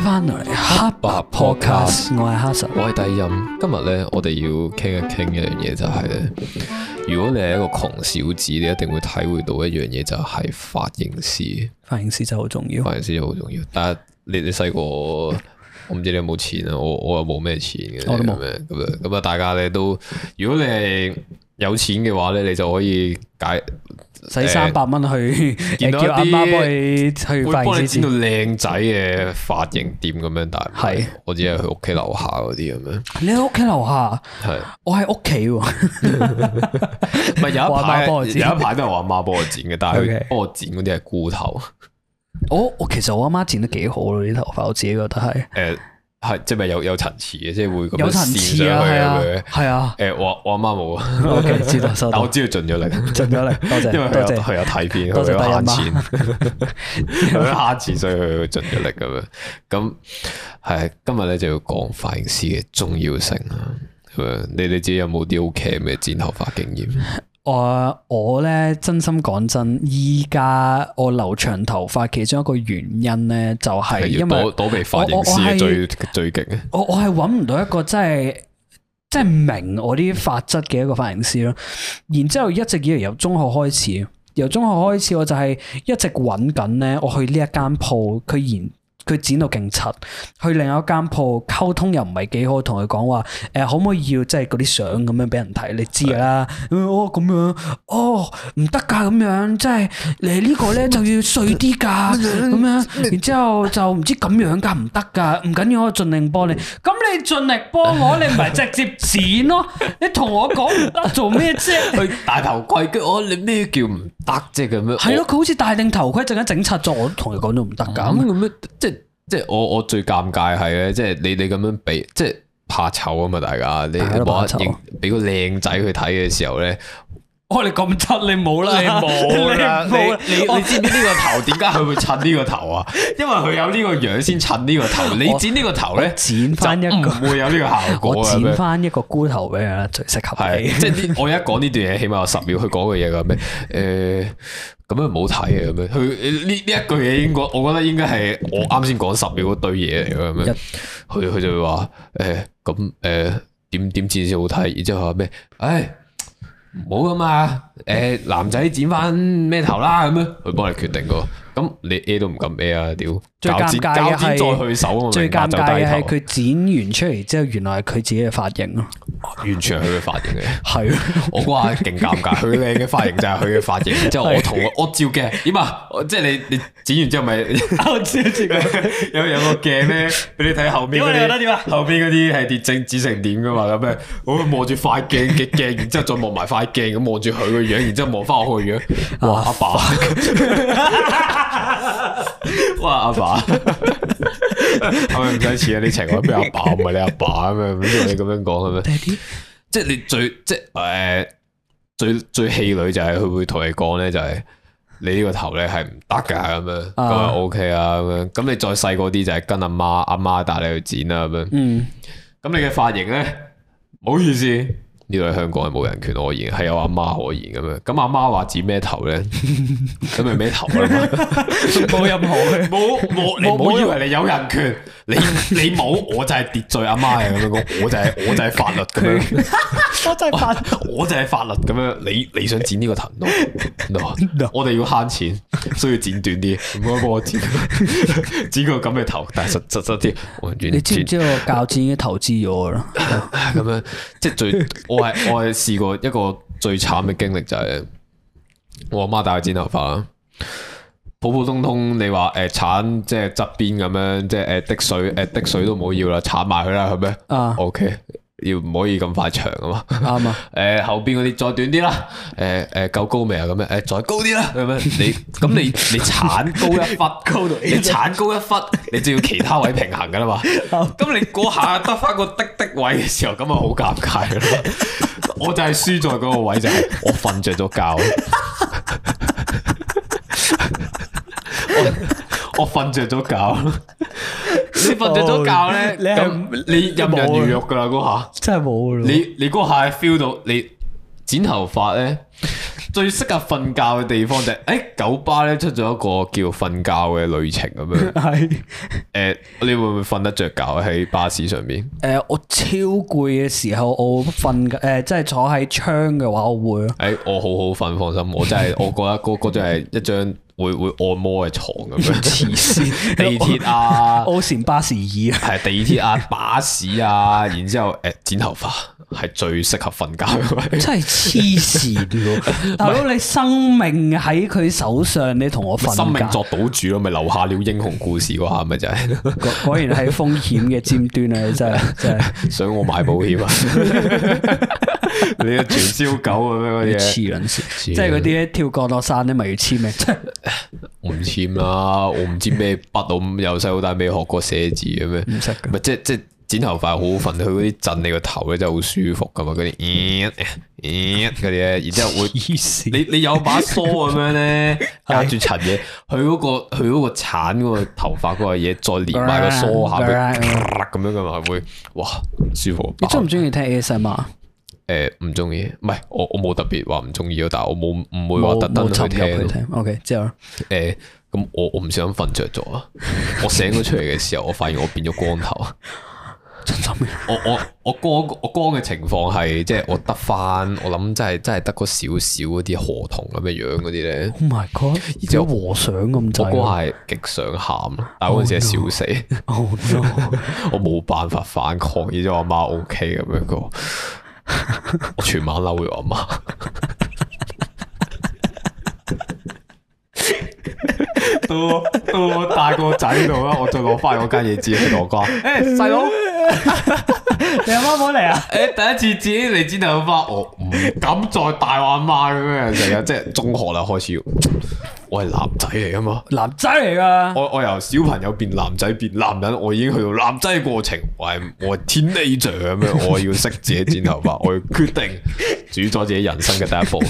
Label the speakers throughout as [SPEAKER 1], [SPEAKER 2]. [SPEAKER 1] 翻嚟黑白 podcast，我係哈神。
[SPEAKER 2] 我係低音，今日咧我哋要傾一傾一樣嘢就係、咧，如果你係一個窮小子，你一定會體會到一樣嘢就係髮型師，
[SPEAKER 1] 髮型師真係好重要。
[SPEAKER 2] 髮型師好重要。但係你你細個，我唔知你有冇錢啊，我我又冇咩錢嘅，
[SPEAKER 1] 我都冇
[SPEAKER 2] 咁樣咁樣咁啊！大家咧都，如果你係有錢嘅話咧，你就可以解
[SPEAKER 1] 使三百蚊去
[SPEAKER 2] 見到
[SPEAKER 1] 叫阿
[SPEAKER 2] 一啲
[SPEAKER 1] 媽幫你去
[SPEAKER 2] 會
[SPEAKER 1] 髮
[SPEAKER 2] 幫你
[SPEAKER 1] 型
[SPEAKER 2] 剪到
[SPEAKER 1] 師
[SPEAKER 2] 靚仔嘅髮型店咁樣，但係唔
[SPEAKER 1] 係
[SPEAKER 2] 係我只係去屋企樓下嗰啲咁樣，
[SPEAKER 1] 剪。你喺屋企樓下，
[SPEAKER 2] 係。
[SPEAKER 1] 我喺屋企喎。
[SPEAKER 2] 唔
[SPEAKER 1] 我
[SPEAKER 2] 係有一
[SPEAKER 1] 阿媽
[SPEAKER 2] 排，
[SPEAKER 1] 幫
[SPEAKER 2] 啊有
[SPEAKER 1] 我剪
[SPEAKER 2] 一排都係我阿媽幫我剪嘅，但係
[SPEAKER 1] OK
[SPEAKER 2] 佢幫我剪嗰啲係菇頭，
[SPEAKER 1] 我我其實我阿媽剪得幾好咯，啲頭髮我自己覺得係
[SPEAKER 2] 誒係即係咪有有層次嘅，即係會咁
[SPEAKER 1] 有
[SPEAKER 2] 樣
[SPEAKER 1] 層
[SPEAKER 2] 線
[SPEAKER 1] 次啊，
[SPEAKER 2] 上去
[SPEAKER 1] 係啊
[SPEAKER 2] 咁樣。，
[SPEAKER 1] 係 啊。
[SPEAKER 2] 誒我我阿媽冇啊，
[SPEAKER 1] OK，知道收
[SPEAKER 2] 但我
[SPEAKER 1] 到，
[SPEAKER 2] 知道盡咗力，
[SPEAKER 1] 盡咗力，多謝
[SPEAKER 2] 因為佢
[SPEAKER 1] 多
[SPEAKER 2] 有
[SPEAKER 1] 謝。
[SPEAKER 2] 佢有睇片，
[SPEAKER 1] 多謝
[SPEAKER 2] 佢有
[SPEAKER 1] 大阿
[SPEAKER 2] 慳
[SPEAKER 1] 媽
[SPEAKER 2] 錢，佢有慳錢，所以佢盡咗力咁樣。咁係今日咧就要講髮型師嘅重要性啊。咁樣你你自己有冇啲好 cam 嘅剪頭髮經驗？
[SPEAKER 1] 我我咧真心講真，依家我留長頭髮其中一個原因咧，就係
[SPEAKER 2] 係要
[SPEAKER 1] 因
[SPEAKER 2] 躲
[SPEAKER 1] 為
[SPEAKER 2] 躲避髮型
[SPEAKER 1] 我我
[SPEAKER 2] 師嘅
[SPEAKER 1] 係
[SPEAKER 2] 最最勁啊！
[SPEAKER 1] 我我係揾唔到一個真係真係明我啲髮質嘅一個髮型師咯。然之後一直以嚟由中學開始，由中學開始我就係一直揾緊咧，我去呢一間鋪，佢研佢剪到勁柒，去另一間鋪溝通又唔係幾好，同佢講話誒可唔可以要即係嗰啲相咁樣俾人睇，你知㗎啦。哦咁樣，哦唔得㗎咁樣，即係你呢個咧就要碎啲㗎咁樣，然之後就唔知咁樣㗎唔得㗎，唔緊要我盡力幫你。咁你盡力幫我，你唔係直接剪 咯？你同我講唔得做咩啫？
[SPEAKER 2] 佢大頭盔，跟住我你咩叫唔得啫咁樣？
[SPEAKER 1] 係咯，嗯佢好似戴定頭盔，陣間整柒咗，我都同佢講咗唔得
[SPEAKER 2] 我，
[SPEAKER 1] 㗎。
[SPEAKER 2] 咁咁樣，即係即係我我最尷尬係咧，即係你你咁樣俾，即係怕醜啊嘛，大家你
[SPEAKER 1] 大家都
[SPEAKER 2] 你
[SPEAKER 1] 怕
[SPEAKER 2] 冇
[SPEAKER 1] 醜
[SPEAKER 2] 得影俾個靚仔去睇嘅時候咧，
[SPEAKER 1] 我哋咁柒，你冇啦，你冇啦，
[SPEAKER 2] 你你
[SPEAKER 1] 我
[SPEAKER 2] 你知唔知呢個頭點解佢會襯呢個頭啊？因為佢有呢個樣先襯呢個頭，你剪呢個頭咧，
[SPEAKER 1] 剪翻一
[SPEAKER 2] 就
[SPEAKER 1] 個，
[SPEAKER 2] 唔會有呢個效果
[SPEAKER 1] 我
[SPEAKER 2] 啊！
[SPEAKER 1] 剪翻一個菇頭俾佢啦，最適合你
[SPEAKER 2] 系，。即系呢，我一講呢段嘢，起碼有十秒去講嘅嘢噶咩？诶、咁樣唔好睇啊嘅咁樣，佢呃呢呢一句嘢應該，我覺得應該係我啱先講十秒嗰堆嘢嚟嘅咁樣。佢佢就會話诶，咁诶點點剪先好睇？然之後話咩？唉，唔好咁啊！诶、男仔剪翻咩頭啦咁樣，佢幫你決定噶。咁你 A 都唔敢 A 啊！屌，
[SPEAKER 1] 最尷
[SPEAKER 2] 鉸剪
[SPEAKER 1] 尬嘅
[SPEAKER 2] 鉸剪
[SPEAKER 1] 係
[SPEAKER 2] 再去手，我
[SPEAKER 1] 最
[SPEAKER 2] 明白
[SPEAKER 1] 尷
[SPEAKER 2] 就
[SPEAKER 1] 尬嘅係
[SPEAKER 2] 低
[SPEAKER 1] 佢剪完出嚟之後，原來係佢自己嘅髮型咯。
[SPEAKER 2] 頭，完全係佢嘅髮型嚟。
[SPEAKER 1] 係啊，
[SPEAKER 2] 我嗰下勁尷尬， 佢靚嘅髮型就係佢嘅 髮型，之後
[SPEAKER 1] 係
[SPEAKER 2] 我同我我照鏡，點啊？我即係你你剪完之後 咪
[SPEAKER 1] 我知我知
[SPEAKER 2] 有有個鏡咧，俾你睇後面嗰
[SPEAKER 1] 屌你覺得點
[SPEAKER 2] 啲
[SPEAKER 1] 啊，
[SPEAKER 2] 後面嗰啲係跌整剪成點噶嘛？咁樣我望住塊鏡嘅鏡，然之後再望埋塊鏡，咁望住佢個樣，然之後望翻我個樣，哇阿 爸，哇阿爸， 係咪唔使似啊？你情我邊阿爸唔係你阿爸啊咁樣，咁你咁樣講咁樣。
[SPEAKER 1] 爹哋
[SPEAKER 2] 即係你最即係诶、誒最最氣馁就係佢會同你講咧，就係你呢個頭咧係唔得㗎咁樣，咁
[SPEAKER 1] 啊
[SPEAKER 2] 啊 OK 啊咁樣。咁你再細個啲就係跟阿媽阿媽帶你去剪啊啦咁樣。
[SPEAKER 1] 嗯，
[SPEAKER 2] 咁你嘅髮型咧，唔好意思，呢度喺香港係冇人權可言，係有阿媽可言咁樣。咁阿媽話剪咩頭咧，咁咪咩頭啦嘛。
[SPEAKER 1] 冇任何嘅
[SPEAKER 2] 冇冇，你唔好以為你有人權，你你冇，我就係秩序阿媽係咁樣講，我就係我就係法律咁樣。
[SPEAKER 1] 我真係發
[SPEAKER 2] 我就係法律咁樣，你你想剪呢個頭 no,
[SPEAKER 1] No
[SPEAKER 2] 我哋要慳錢，所以要剪短啲，唔該幫我 剪剪個咁嘅頭，但係實實質啲，我完全
[SPEAKER 1] 你知唔啊知我教剪已經投資咗我啦？
[SPEAKER 2] 咁樣？即係最我係我係試過一個最慘嘅經歷就係、我阿媽帶我剪頭髮啦。普普通通，你話誒鏟即係側邊咁樣，即係誒滴水誒滴水都唔好要啦，鏟埋佢啦，係咪
[SPEAKER 1] 啊，
[SPEAKER 2] ？OK，要唔可以咁快長啊嘛？
[SPEAKER 1] 啱啊，
[SPEAKER 2] 誒後邊嗰啲再短啲啦，誒誒夠高未啊？咁樣誒再高啲啦，咁樣你咁你你鏟高一忽，高到你鏟高一忽，你就要其他位平衡噶啦嘛。咁你嗰下得翻個滴滴位嘅時候，咁啊好尷尬啦。 我就係輸在嗰個位就係我瞓着咗覺，我我瞓着咗覺。你瞓着咗覺咧，
[SPEAKER 1] 哦
[SPEAKER 2] 咁你任人魚肉噶啦嗰下。
[SPEAKER 1] 真係冇噶啦。。
[SPEAKER 2] 你你嗰下 feel 到你剪頭髮咧， 最適合瞓覺嘅地方就係，誒九巴咧出咗一個叫瞓覺嘅旅程咁樣
[SPEAKER 1] 係
[SPEAKER 2] 誒，你會唔會瞓得着覺喺巴士上面？
[SPEAKER 1] 誒，我超攰嘅時候，我瞓嘅誒，即係坐喺窗嘅話，我會咯。
[SPEAKER 2] 誒，哎我好好瞓，放心，我真係 我覺得嗰嗰張係一張會會按摩嘅床咁樣。 黐線，地鐵啊，
[SPEAKER 1] 我前巴士椅啊，
[SPEAKER 2] 係地鐵啊，巴士啊，然之後誒剪頭髮係最適合瞓覺嘅。
[SPEAKER 1] 真係黐線喎！大佬，你生命喺佢手上，你同我瞓
[SPEAKER 2] 生命
[SPEAKER 1] 覺，
[SPEAKER 2] 作賭注咯，咪留下了英雄故事嗰下咪就係、
[SPEAKER 1] 果果然係風險嘅尖端啊！你真係真係
[SPEAKER 2] 想我買保 險啊！你個傳銷狗咁樣嗰啲嘢，
[SPEAKER 1] 黐撚線，即係嗰啲咧跳降落傘咧，咪要簽名？
[SPEAKER 2] 啊
[SPEAKER 1] 真係
[SPEAKER 2] 我唔簽啦，我唔知咩筆，我由細到大未學過寫字嘅咩，
[SPEAKER 1] 唔識㗎
[SPEAKER 2] 唔係即即剪頭髮好好瞓，佢嗰啲震你個頭咧真係好舒服噶嘛，嗰啲咦咦嗰啲咧，然之後會
[SPEAKER 1] 黐線。
[SPEAKER 2] 你你有把梳咁 樣咧，隔住層嘢，佢嗰、個佢嗰個鏟嗰個頭髮嗰個嘢，再連埋個梳下佢咁樣噶嘛，會哇舒服啊
[SPEAKER 1] 你
[SPEAKER 2] 爆。
[SPEAKER 1] 中唔中意聽 ASM 啊？
[SPEAKER 2] 誒呃唔中意，唔係我我冇特別話唔中意咯，但係我冇唔會話
[SPEAKER 1] 冇
[SPEAKER 2] 特登
[SPEAKER 1] 冇
[SPEAKER 2] 去
[SPEAKER 1] 沉
[SPEAKER 2] 聽啊
[SPEAKER 1] 入去
[SPEAKER 2] 咯。
[SPEAKER 1] 聽。OK，之後
[SPEAKER 2] 誒咁我我唔想瞓着咗啊！我醒咗出嚟嘅時候，我發現我變咗光頭。啊
[SPEAKER 1] 真心嘅
[SPEAKER 2] 我我我光我光嘅情況係即係我得翻，我諗真係真係得嗰少少嗰啲河童咁嘅樣嗰啲咧。
[SPEAKER 1] ，Oh my God，
[SPEAKER 2] 之
[SPEAKER 1] 有
[SPEAKER 2] 後
[SPEAKER 1] 和尚咁
[SPEAKER 2] 我嗰
[SPEAKER 1] 滯。啊
[SPEAKER 2] 下係極想喊咯，但係嗰陣時係笑死，
[SPEAKER 1] Oh no！
[SPEAKER 2] 我冇辦法反抗，然之後我阿媽 O K 咁樣個，我全晚嬲咗我阿媽。到我到我大個仔度啦，我再攞翻我間嘢自己同我講，誒細佬，
[SPEAKER 1] 你阿媽冇嚟啊？
[SPEAKER 2] 誒第一次自己嚟剪頭髮，我唔敢再大我阿媽咁樣，成日即係中學啦開始，我係男仔嚟噶嘛。
[SPEAKER 1] 男仔嚟噶，
[SPEAKER 2] 我我由小朋友變男仔變男人，我已經去到男仔嘅過程，我係我係 teenager 咁 樣，我要識自己剪頭髮，我要決定主宰自己人生嘅第 一步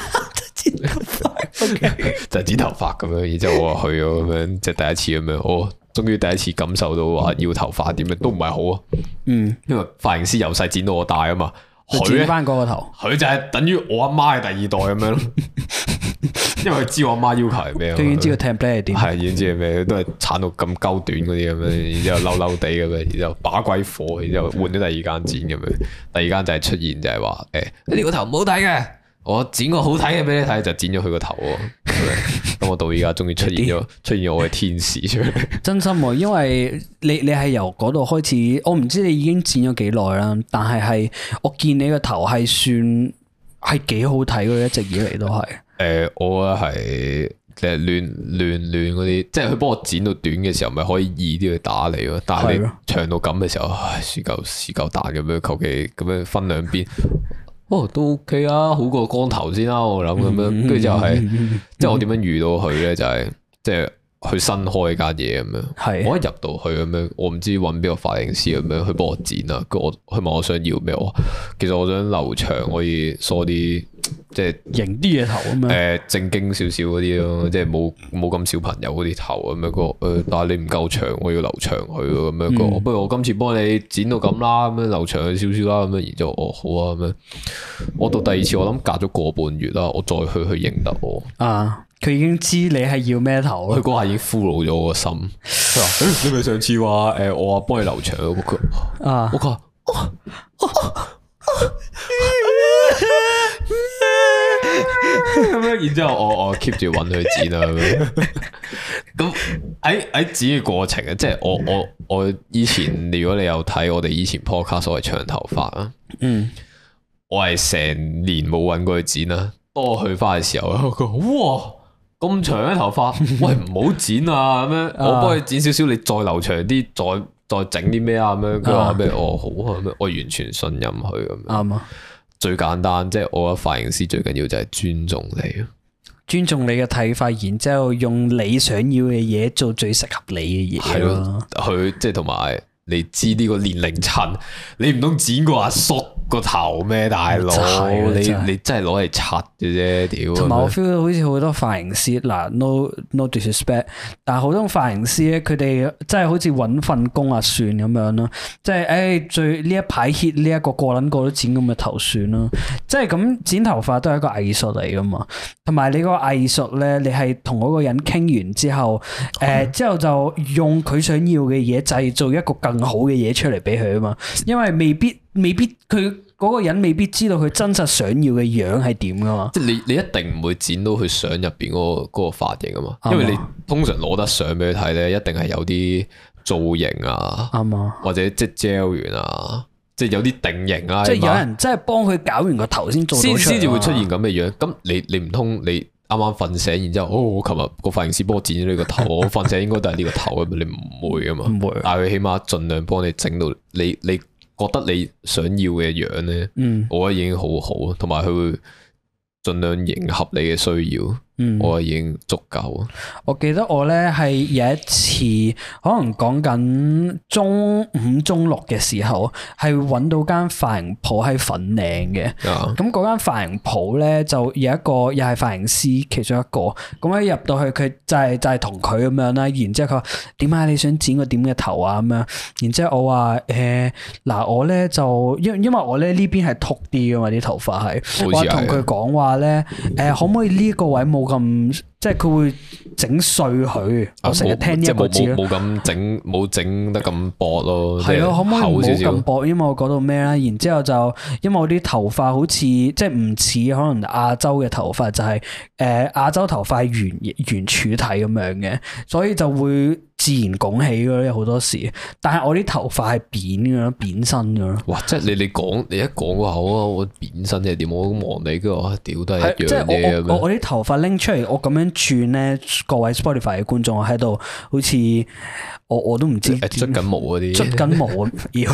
[SPEAKER 1] 剪頭髮。OK，
[SPEAKER 2] 就係剪頭髮咁樣，然之後我就去咗咁樣，即係第一次咁樣，我終於第一次感受到話要頭髮點樣都唔係好啊，
[SPEAKER 1] 嗯，
[SPEAKER 2] 因為髮型師由細剪到我大啊嘛，佢
[SPEAKER 1] 剪
[SPEAKER 2] 咧
[SPEAKER 1] 翻嗰個頭。
[SPEAKER 2] 佢就係等於我阿媽嘅第二代咁 樣咯，因為佢知我阿媽要求係咩啊嘛，
[SPEAKER 1] 佢已經知道 template 係點。
[SPEAKER 2] 係，然之後咩都係鏟到咁鳩短嗰啲咁樣，然之後嬲嬲地咁樣，然之後把鬼火，然之後換咗第二間剪咁樣，第二間就係出現就係話誒，你個頭唔好睇嘅，我剪個好睇嘅俾你睇，就剪咗佢個頭喎。咁樣咁我到而家終於出現 咗，出現咗我嘅天使出嚟。
[SPEAKER 1] 真心喎，因為你你係由嗰度開始，我唔知你已經剪咗幾耐啦，但係係我見你個頭係算係幾好睇嘅，一直以嚟都係。
[SPEAKER 2] 誒，我呃啊係即係亂亂亂嗰啲，即係佢幫我剪到短嘅時候，咪可以易啲去打你咯。但係
[SPEAKER 1] 係
[SPEAKER 2] 你
[SPEAKER 1] 咯
[SPEAKER 2] 長到咁嘅時候，唉，輸嚿輸嚿蛋咁樣，求其咁樣分兩邊。哦，都 OK 啊，好過光頭先啦，我諗咁 樣，跟住就係、即係我點樣遇到佢咧，就係、即係佢新開間嘢咁樣，
[SPEAKER 1] 係
[SPEAKER 2] 我一入到去咁樣，我唔知揾邊個髮型師咁樣去幫我剪啦，跟住我佢問我想要咩，我話其實我想留長可以梳啲即係。
[SPEAKER 1] 型啲嘅頭咁
[SPEAKER 2] 誒、
[SPEAKER 1] 樣。
[SPEAKER 2] 正經少少嗰啲咯，即係冇冇咁小朋友嗰啲頭咁樣個誒、但係你唔夠長，我要留長佢喎咁樣個，不如我今次幫你剪到咁啦，咁樣留長佢少少啦，咁樣然之後哦好啊咁樣，我到第二次我諗隔咗個半月啦，我再去佢認得我，
[SPEAKER 1] 啊，佢已經知你係要咩頭啊
[SPEAKER 2] 佢
[SPEAKER 1] 咯。
[SPEAKER 2] 嗰下已經俘虜咗我個心，佢話誒你咪上次話誒、我話幫你留長，佢
[SPEAKER 1] 啊
[SPEAKER 2] 我，話。 咁樣，然之後我我 keep 住揾佢剪啦咁樣。 咁喺喺剪嘅過程啊，即係我我我以前，如果你有睇我哋以前 podcast 所謂長頭髮啊，
[SPEAKER 1] 嗯，
[SPEAKER 2] 我係成年冇揾過佢剪啦。當我去翻嘅時候， 佢話哇咁長嘅頭髮， 喂唔好剪啊咁樣，我幫佢剪少少，你再留長啲，再再整啲咩啊咁樣。佢話咩？哦好啊咁樣，我完全信任佢咁樣。
[SPEAKER 1] 啱啊。
[SPEAKER 2] 最簡單，即係我覺得髮型師最緊要就係尊重你啊。
[SPEAKER 1] 尊重你嘅睇法，然之後用你想要嘅嘢做最適合你嘅嘢
[SPEAKER 2] 係
[SPEAKER 1] 咯
[SPEAKER 2] 咯。，佢即係同埋你知呢個年齡層，你唔通剪個阿叔個頭咩？大佬
[SPEAKER 1] 真係，啊
[SPEAKER 2] 你
[SPEAKER 1] 真係
[SPEAKER 2] 你真係攞嚟刷嘅啫，屌！
[SPEAKER 1] 同埋我 feel 到好似好多髮型師嗱，no no disrespect，但係好多髮型師咧，佢哋真係好似揾份工啊算咁樣咯，即係誒、唉最呢一排 hit 呢一個個撚個都剪咁嘅頭算啦，即係咁剪頭髮都係一個藝術嚟噶嘛，同埋你個藝術咧，你係同嗰個人傾完之後，誒、之後就用佢想要嘅嘢製造一個更好嘅嘢出嚟俾佢啊嘛，因為未必未必佢嗰個人未必知道佢真實想要嘅樣係點噶嘛。
[SPEAKER 2] 即係你你一定唔會剪到佢相入邊嗰個嗰個髮型啊嘛，
[SPEAKER 1] 啱啊
[SPEAKER 2] 因為你通常攞得相俾佢睇咧，一定係有啲造型啊，
[SPEAKER 1] 啱啊，
[SPEAKER 2] 或者即係 gel 完啊，即係有啲定型啊，
[SPEAKER 1] 即係
[SPEAKER 2] 起碼
[SPEAKER 1] 有人真係幫佢搞完個頭先做到
[SPEAKER 2] 先
[SPEAKER 1] 出嚟啊
[SPEAKER 2] 先至會出現咁嘅樣。咁你你唔通你啱啱瞓醒，然之後哦，我琴日個髮型師幫我剪咗呢個 頭，我瞓醒應該都係呢個頭咁，你唔會啊嘛。
[SPEAKER 1] 唔會
[SPEAKER 2] 但係佢起碼盡量幫你整到你你覺得你想要嘅樣咧，
[SPEAKER 1] 嗯
[SPEAKER 2] 我覺得已經好好啊，同埋佢會盡量迎合你嘅需要，
[SPEAKER 1] 嗯，
[SPEAKER 2] 我覺得已經足夠啊。
[SPEAKER 1] 我記得我咧係有一次，可能講緊中五、中六嘅時候，係揾到間髮型鋪喺粉嶺嘅。
[SPEAKER 2] 啊
[SPEAKER 1] 咁嗰間髮型鋪咧就有一個又係髮型師其中一個，咁一入到去佢就係、就係同佢咁樣啦，然之後佢話點解你想剪個點嘅頭啊咁樣，然之後我話誒嗱我咧就因因為我咧呢邊係禿啲噶嘛啲頭髮係，
[SPEAKER 2] 係
[SPEAKER 1] 我同佢講話咧誒可唔可以呢個位冇咁即係佢會整碎佢，我成日
[SPEAKER 2] 啊冇
[SPEAKER 1] 聽呢
[SPEAKER 2] 即
[SPEAKER 1] 一
[SPEAKER 2] 係
[SPEAKER 1] 個
[SPEAKER 2] 冇
[SPEAKER 1] 字咯
[SPEAKER 2] 冇。冇咁整，冇整得咁薄咯，
[SPEAKER 1] 係啊咯，可唔可以唔
[SPEAKER 2] 厚
[SPEAKER 1] 好
[SPEAKER 2] 少少
[SPEAKER 1] 咁？薄？因為我嗰度咩啦，然之後就因為我啲頭髮好似即係唔似可能亞洲嘅頭髮，就係、誒、亞洲頭髮係圓圓柱體咁樣嘅，所以就會自然拱起咯，有好多時。但係我啲頭髮係扁嘅咯，扁身嘅咯。
[SPEAKER 2] 哇！即係你你講你一講個口啊，我扁身係點？我望你，跟住我屌都係
[SPEAKER 1] 係
[SPEAKER 2] 一
[SPEAKER 1] 即係
[SPEAKER 2] 樣嘢咁
[SPEAKER 1] 我我
[SPEAKER 2] 樣。
[SPEAKER 1] 我啲頭髮拎出嚟，我咁樣轉咧，各位 Spotify 嘅觀眾，我喺度好似我我都唔知
[SPEAKER 2] 誒捽緊毛嗰
[SPEAKER 1] 捽
[SPEAKER 2] 啲，
[SPEAKER 1] 緊毛咁，要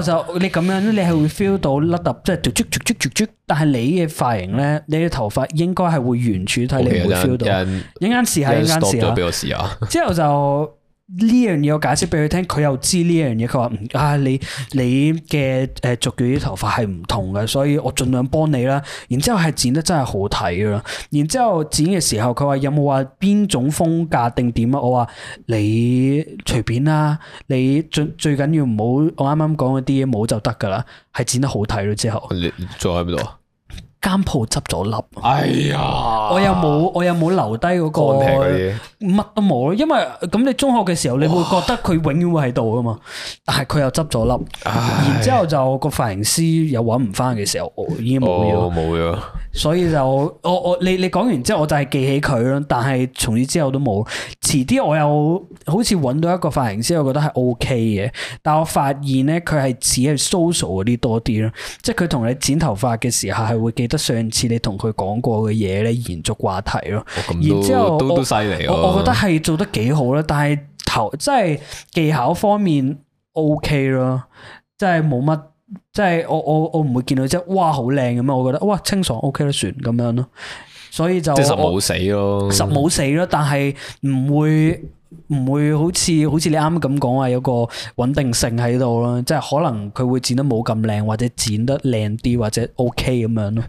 [SPEAKER 1] 之後就你咁樣咧，你係會 feel 到甩揼，即係嘟嘟嘟嘟嘟嘟。但係你嘅髮型咧，你嘅頭髮應該係會圓柱體，你唔
[SPEAKER 2] 有
[SPEAKER 1] 會
[SPEAKER 2] 人
[SPEAKER 1] feel
[SPEAKER 2] 有
[SPEAKER 1] 到。
[SPEAKER 2] 人
[SPEAKER 1] 一間試
[SPEAKER 2] 有
[SPEAKER 1] 下，一
[SPEAKER 2] 人
[SPEAKER 1] 間啊
[SPEAKER 2] stop
[SPEAKER 1] 試
[SPEAKER 2] 咗
[SPEAKER 1] 下
[SPEAKER 2] 俾。我試下。
[SPEAKER 1] 之後就呢樣嘢我解釋俾佢聽，佢又知呢樣嘢，佢話唔啊你你嘅誒俗語啲頭髮係唔同嘅，所以我盡量幫你啦。然之後係剪得真係好睇噶啦。然之後剪嘅時候，佢話有冇話邊種風格定點啊？我話你隨便啦，你最最緊要唔好我啱啱講嗰啲嘢冇就得噶啦，係剪得好睇咯。之後
[SPEAKER 2] 你你仲喺邊度啊？
[SPEAKER 1] 間鋪執咗笠，
[SPEAKER 2] 哎呀！
[SPEAKER 1] 我又冇我又冇啊留低嗰
[SPEAKER 2] 乾聽嗰
[SPEAKER 1] 個。
[SPEAKER 2] 啲，
[SPEAKER 1] 乜都冇咯，因為咁你中學嘅時候，你會覺得佢永遠會喺度噶嘛，但係佢又執咗笠，然之後就個髮型師又揾唔翻嘅時候，我已經冇啊咗，
[SPEAKER 2] 哦冇咗。
[SPEAKER 1] 所以就我我你你講完之後，我就係記起佢咯，但係從此之後都冇。遲啲我又好似揾到一個髮型師，我覺得係 O K 嘅，但我發現咧佢係只係 social 嗰啲多啲咯，即係佢同你剪頭髮嘅時候係會記得上次你同佢講過嘅嘢咧，延續話題咯。
[SPEAKER 2] 哦咁
[SPEAKER 1] 然之後
[SPEAKER 2] 都都
[SPEAKER 1] 我
[SPEAKER 2] 都犀利喎。啊
[SPEAKER 1] 我我覺得係做得幾好啦，但係頭即係技巧方面 OK 咯，即係冇乜，即係我我我唔會見到即係哇好靚咁樣，我覺得哇清爽 OK 啦，算咁樣咯，所以就
[SPEAKER 2] 即係實
[SPEAKER 1] 我
[SPEAKER 2] 冇死咯。
[SPEAKER 1] 實冇死咯，但係唔會唔會好似好似你啱啱咁講話有個穩定性喺度咯，即係可能佢會剪得冇咁靚，或者剪得靚啲，或者 OK 咁樣咯。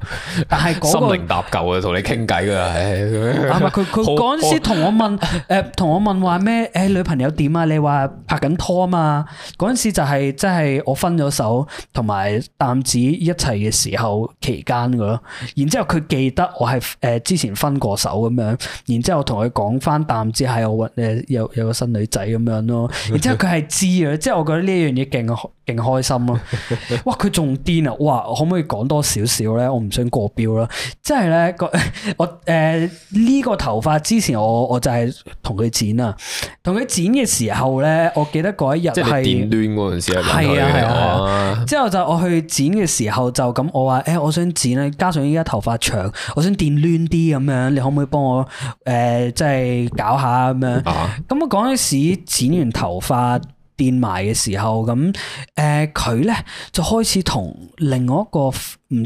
[SPEAKER 1] 但係嗰、
[SPEAKER 2] 心
[SPEAKER 1] 個
[SPEAKER 2] 靈搭救啊，同你傾偈㗎，唉
[SPEAKER 1] 啊，唔係佢佢
[SPEAKER 2] 好
[SPEAKER 1] 嗰陣時同我問， 誒同我問話咩？誒女朋友點啊？你話拍緊拖啊嘛？嗰陣時就係即係我分咗手同埋淡子一齊嘅時候期間噶咯。然之後佢記得我係誒之前分過手咁樣，然之後同佢講翻淡子係我揾誒有有個新女仔咁樣咯。然之後佢係知啊，即係我覺得呢樣嘢勁勁開心 咯。哇！佢仲癲啊！哇！可唔可以講多少少咧？我唔想過標啦。即係咧個 我誒呢、個頭髮之前我我就係同佢剪啊，同佢剪嘅時候咧，我記得嗰一日
[SPEAKER 2] 即係你
[SPEAKER 1] 係。
[SPEAKER 2] 電攣嗰陣時係問佢
[SPEAKER 1] 係啊係啊係
[SPEAKER 2] 啊
[SPEAKER 1] 之後就我去剪嘅時候就咁，我話誒、我想剪咧，加上依家頭髮長，我想電攣啲咁樣，你可唔可以幫我誒、呃即係搞下咁樣？
[SPEAKER 2] 啊
[SPEAKER 1] 咁我嗰陣時剪完頭髮電埋嘅時候，咁誒佢咧就開始同另外一個唔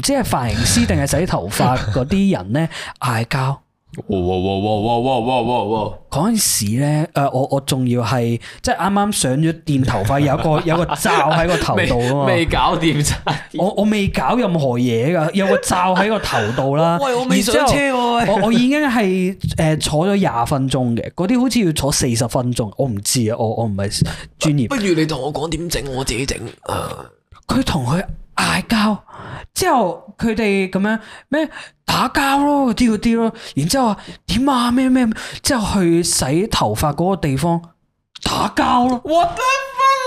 [SPEAKER 1] 知係髮型師定係洗頭髮嗰啲人咧嗌交。
[SPEAKER 2] 哇哇哇哇哇哇哇哇！
[SPEAKER 1] 嗰陣時咧，誒、我我仲要係即係啱啱上咗電頭髮，有個有個罩喺個頭
[SPEAKER 2] 未
[SPEAKER 1] 度啊嘛
[SPEAKER 2] 未。搞掂咋？。
[SPEAKER 1] 我我未搞任何嘢噶，有個罩喺個頭度啦
[SPEAKER 2] 喂 我未
[SPEAKER 1] 然之後
[SPEAKER 2] 上車喎喂
[SPEAKER 1] 我我已經係誒、坐咗廿分鐘嘅，嗰啲好似要坐四十分鐘，我唔知啊，我我唔係專業
[SPEAKER 2] 不。如你同我講點整，我自己整。啊
[SPEAKER 1] 佢同佢嗌交，之後佢哋咁樣咩打交咯，嗰啲嗰啲咯，然之後話點啊咩咩，咩之後去洗頭髮嗰個地方打交 咯，
[SPEAKER 2] What the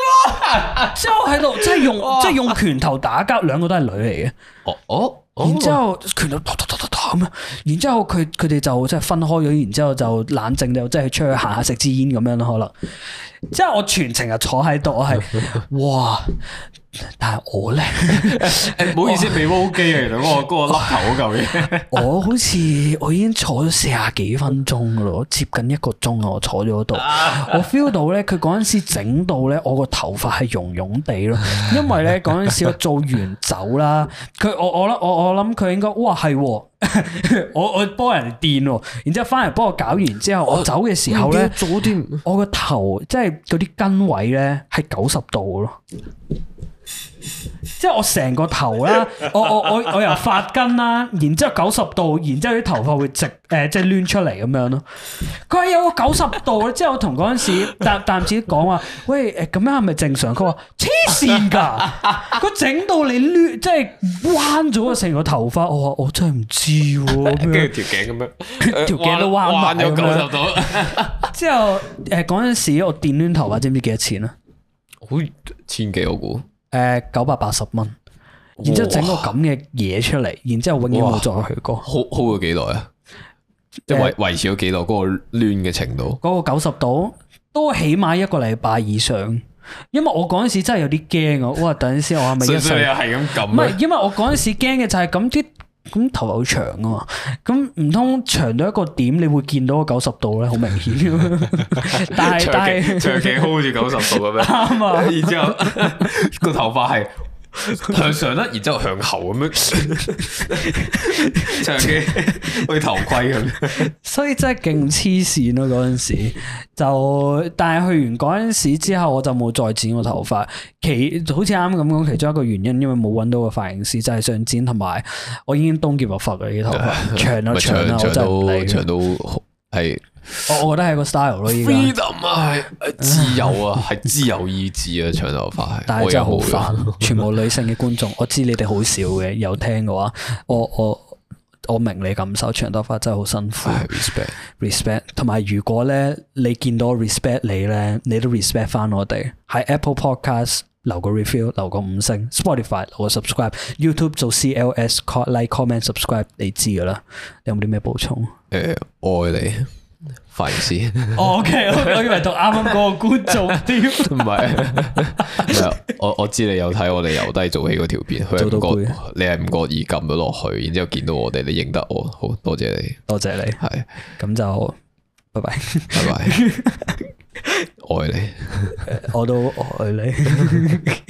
[SPEAKER 2] fuck！
[SPEAKER 1] 之後喺度即係用
[SPEAKER 2] 哇
[SPEAKER 1] 即係用拳頭打交，兩個都係女嚟嘅，
[SPEAKER 2] 哦哦，哦
[SPEAKER 1] 然之後拳頭打打打打打咁樣，然之後佢佢哋就即係分開咗，然之後就冷靜就即係出去行下食支煙咁樣咯，可能。即係我全程就坐喺度，我 係哇，但係我咧。
[SPEAKER 2] 誒唔好意思，未 O 機啊，原來嗰個嗰個粒頭嗰嚿嘢。
[SPEAKER 1] 我好似我已經坐咗四十幾分鐘噶咯，接近一個鐘啊！我坐咗嗰度，我 feel 到咧，佢嗰陣時整到咧，我個頭髮係溶溶地咯，因為咧嗰陣時我做完走啦，佢我我諗我我諗佢應該哇係喎， 我我幫人電喎，然之後翻嚟幫我搞完之後，我走嘅時候咧，
[SPEAKER 2] 早啲
[SPEAKER 1] 我個頭即係嗰啲根位咧係九十度咯。即係我成個頭啦， 我我我我由髮根啦，然之後九十度，然之後啲頭髮會直誒、呃即係攣出嚟咁樣咯。佢話有個九十度，之後我同嗰陣時 淡淡子講話，喂誒咁樣係咪正常？佢話黐線㗎， 佢整到你攣即係彎咗啊成個頭髮。我話我真係唔知喎咁樣
[SPEAKER 2] 跟。住條頸咁樣，
[SPEAKER 1] 條頸都彎
[SPEAKER 2] 彎
[SPEAKER 1] 埋
[SPEAKER 2] 咗
[SPEAKER 1] 咁
[SPEAKER 2] 九十
[SPEAKER 1] 樣
[SPEAKER 2] 度，
[SPEAKER 1] 之後誒嗰陣時我電攣頭髮，知唔知幾多錢啊？
[SPEAKER 2] 好千幾我估。
[SPEAKER 1] 誒呃九百八十蚊，然之後整個咁嘅嘢出嚟，然之後永遠冇再去過。
[SPEAKER 2] hold hold 咗幾耐啊？即係維維持咗幾耐嗰個攣嘅程度？
[SPEAKER 1] 嗰個九十度都起碼一個禮拜以上，因為我嗰陣時真係有啲驚啊！哇，等陣先，我係咪
[SPEAKER 2] 所以
[SPEAKER 1] 一
[SPEAKER 2] 所以你啊
[SPEAKER 1] 世？
[SPEAKER 2] 又係咁
[SPEAKER 1] 唔係
[SPEAKER 2] 撳，
[SPEAKER 1] 因為我嗰陣時驚嘅就係咁啲咁頭髮好長啊嘛，咁唔通長到一個點，你會見到個九十度咧，好明 顯。但係但
[SPEAKER 2] 長期
[SPEAKER 1] 係
[SPEAKER 2] 長期 hold 住九十度咁 樣。
[SPEAKER 1] 啱啊！
[SPEAKER 2] 然之後個頭髮係向上啦，然之後向後咁樣， 長 期好似頭盔咁樣。
[SPEAKER 1] 所以真係勁黐線咯嗰陣時，就但係去完嗰陣時之後，我就冇再剪過頭髮。其好似啱啱咁講，其中一個原因，因為冇揾到個髮型師，就係、想剪，同埋我已經冬結白髮啦啲頭 髮，長啦
[SPEAKER 2] 咪
[SPEAKER 1] 長啊啦，我真係唔理佢。
[SPEAKER 2] 長到係
[SPEAKER 1] 我我覺得係個 style 咯，依家。
[SPEAKER 2] freedom 啊，係 自由啊，係自由意志啊，長頭髮係。
[SPEAKER 1] 但
[SPEAKER 2] 我
[SPEAKER 1] 係真係
[SPEAKER 2] 又
[SPEAKER 1] 好
[SPEAKER 2] 冇嘅。
[SPEAKER 1] 煩，全部女性嘅觀眾，我知你哋好少嘅，有聽嘅話，我我我明你感受，長頭髮真係好辛苦。
[SPEAKER 2] 係 respect。
[SPEAKER 1] respect，同埋如果咧你見到我 respect 你咧，你都 respect 翻我哋。喺 Apple Podcast 留個 review，留個五星；Spotify 留個 subscribe；YouTube 做 CLS co- like comment subscribe，你知噶啦。你有冇啲咩補充
[SPEAKER 2] 誒，愛你，髮型師。
[SPEAKER 1] 哦？OK，我以為讀啱啱嗰個觀眾啲。
[SPEAKER 2] 唔 係，唔係啊我我知你有睇我哋由低做起嗰條片，佢
[SPEAKER 1] 做
[SPEAKER 2] 係
[SPEAKER 1] 到
[SPEAKER 2] 唔
[SPEAKER 1] 攰啊
[SPEAKER 2] 覺，你係唔覺意撳咗落去，然之後見到我哋，你認得我，好多謝你，
[SPEAKER 1] 多謝你，
[SPEAKER 2] 係，
[SPEAKER 1] 咁就拜拜。
[SPEAKER 2] 拜拜，愛你。
[SPEAKER 1] 我都愛你。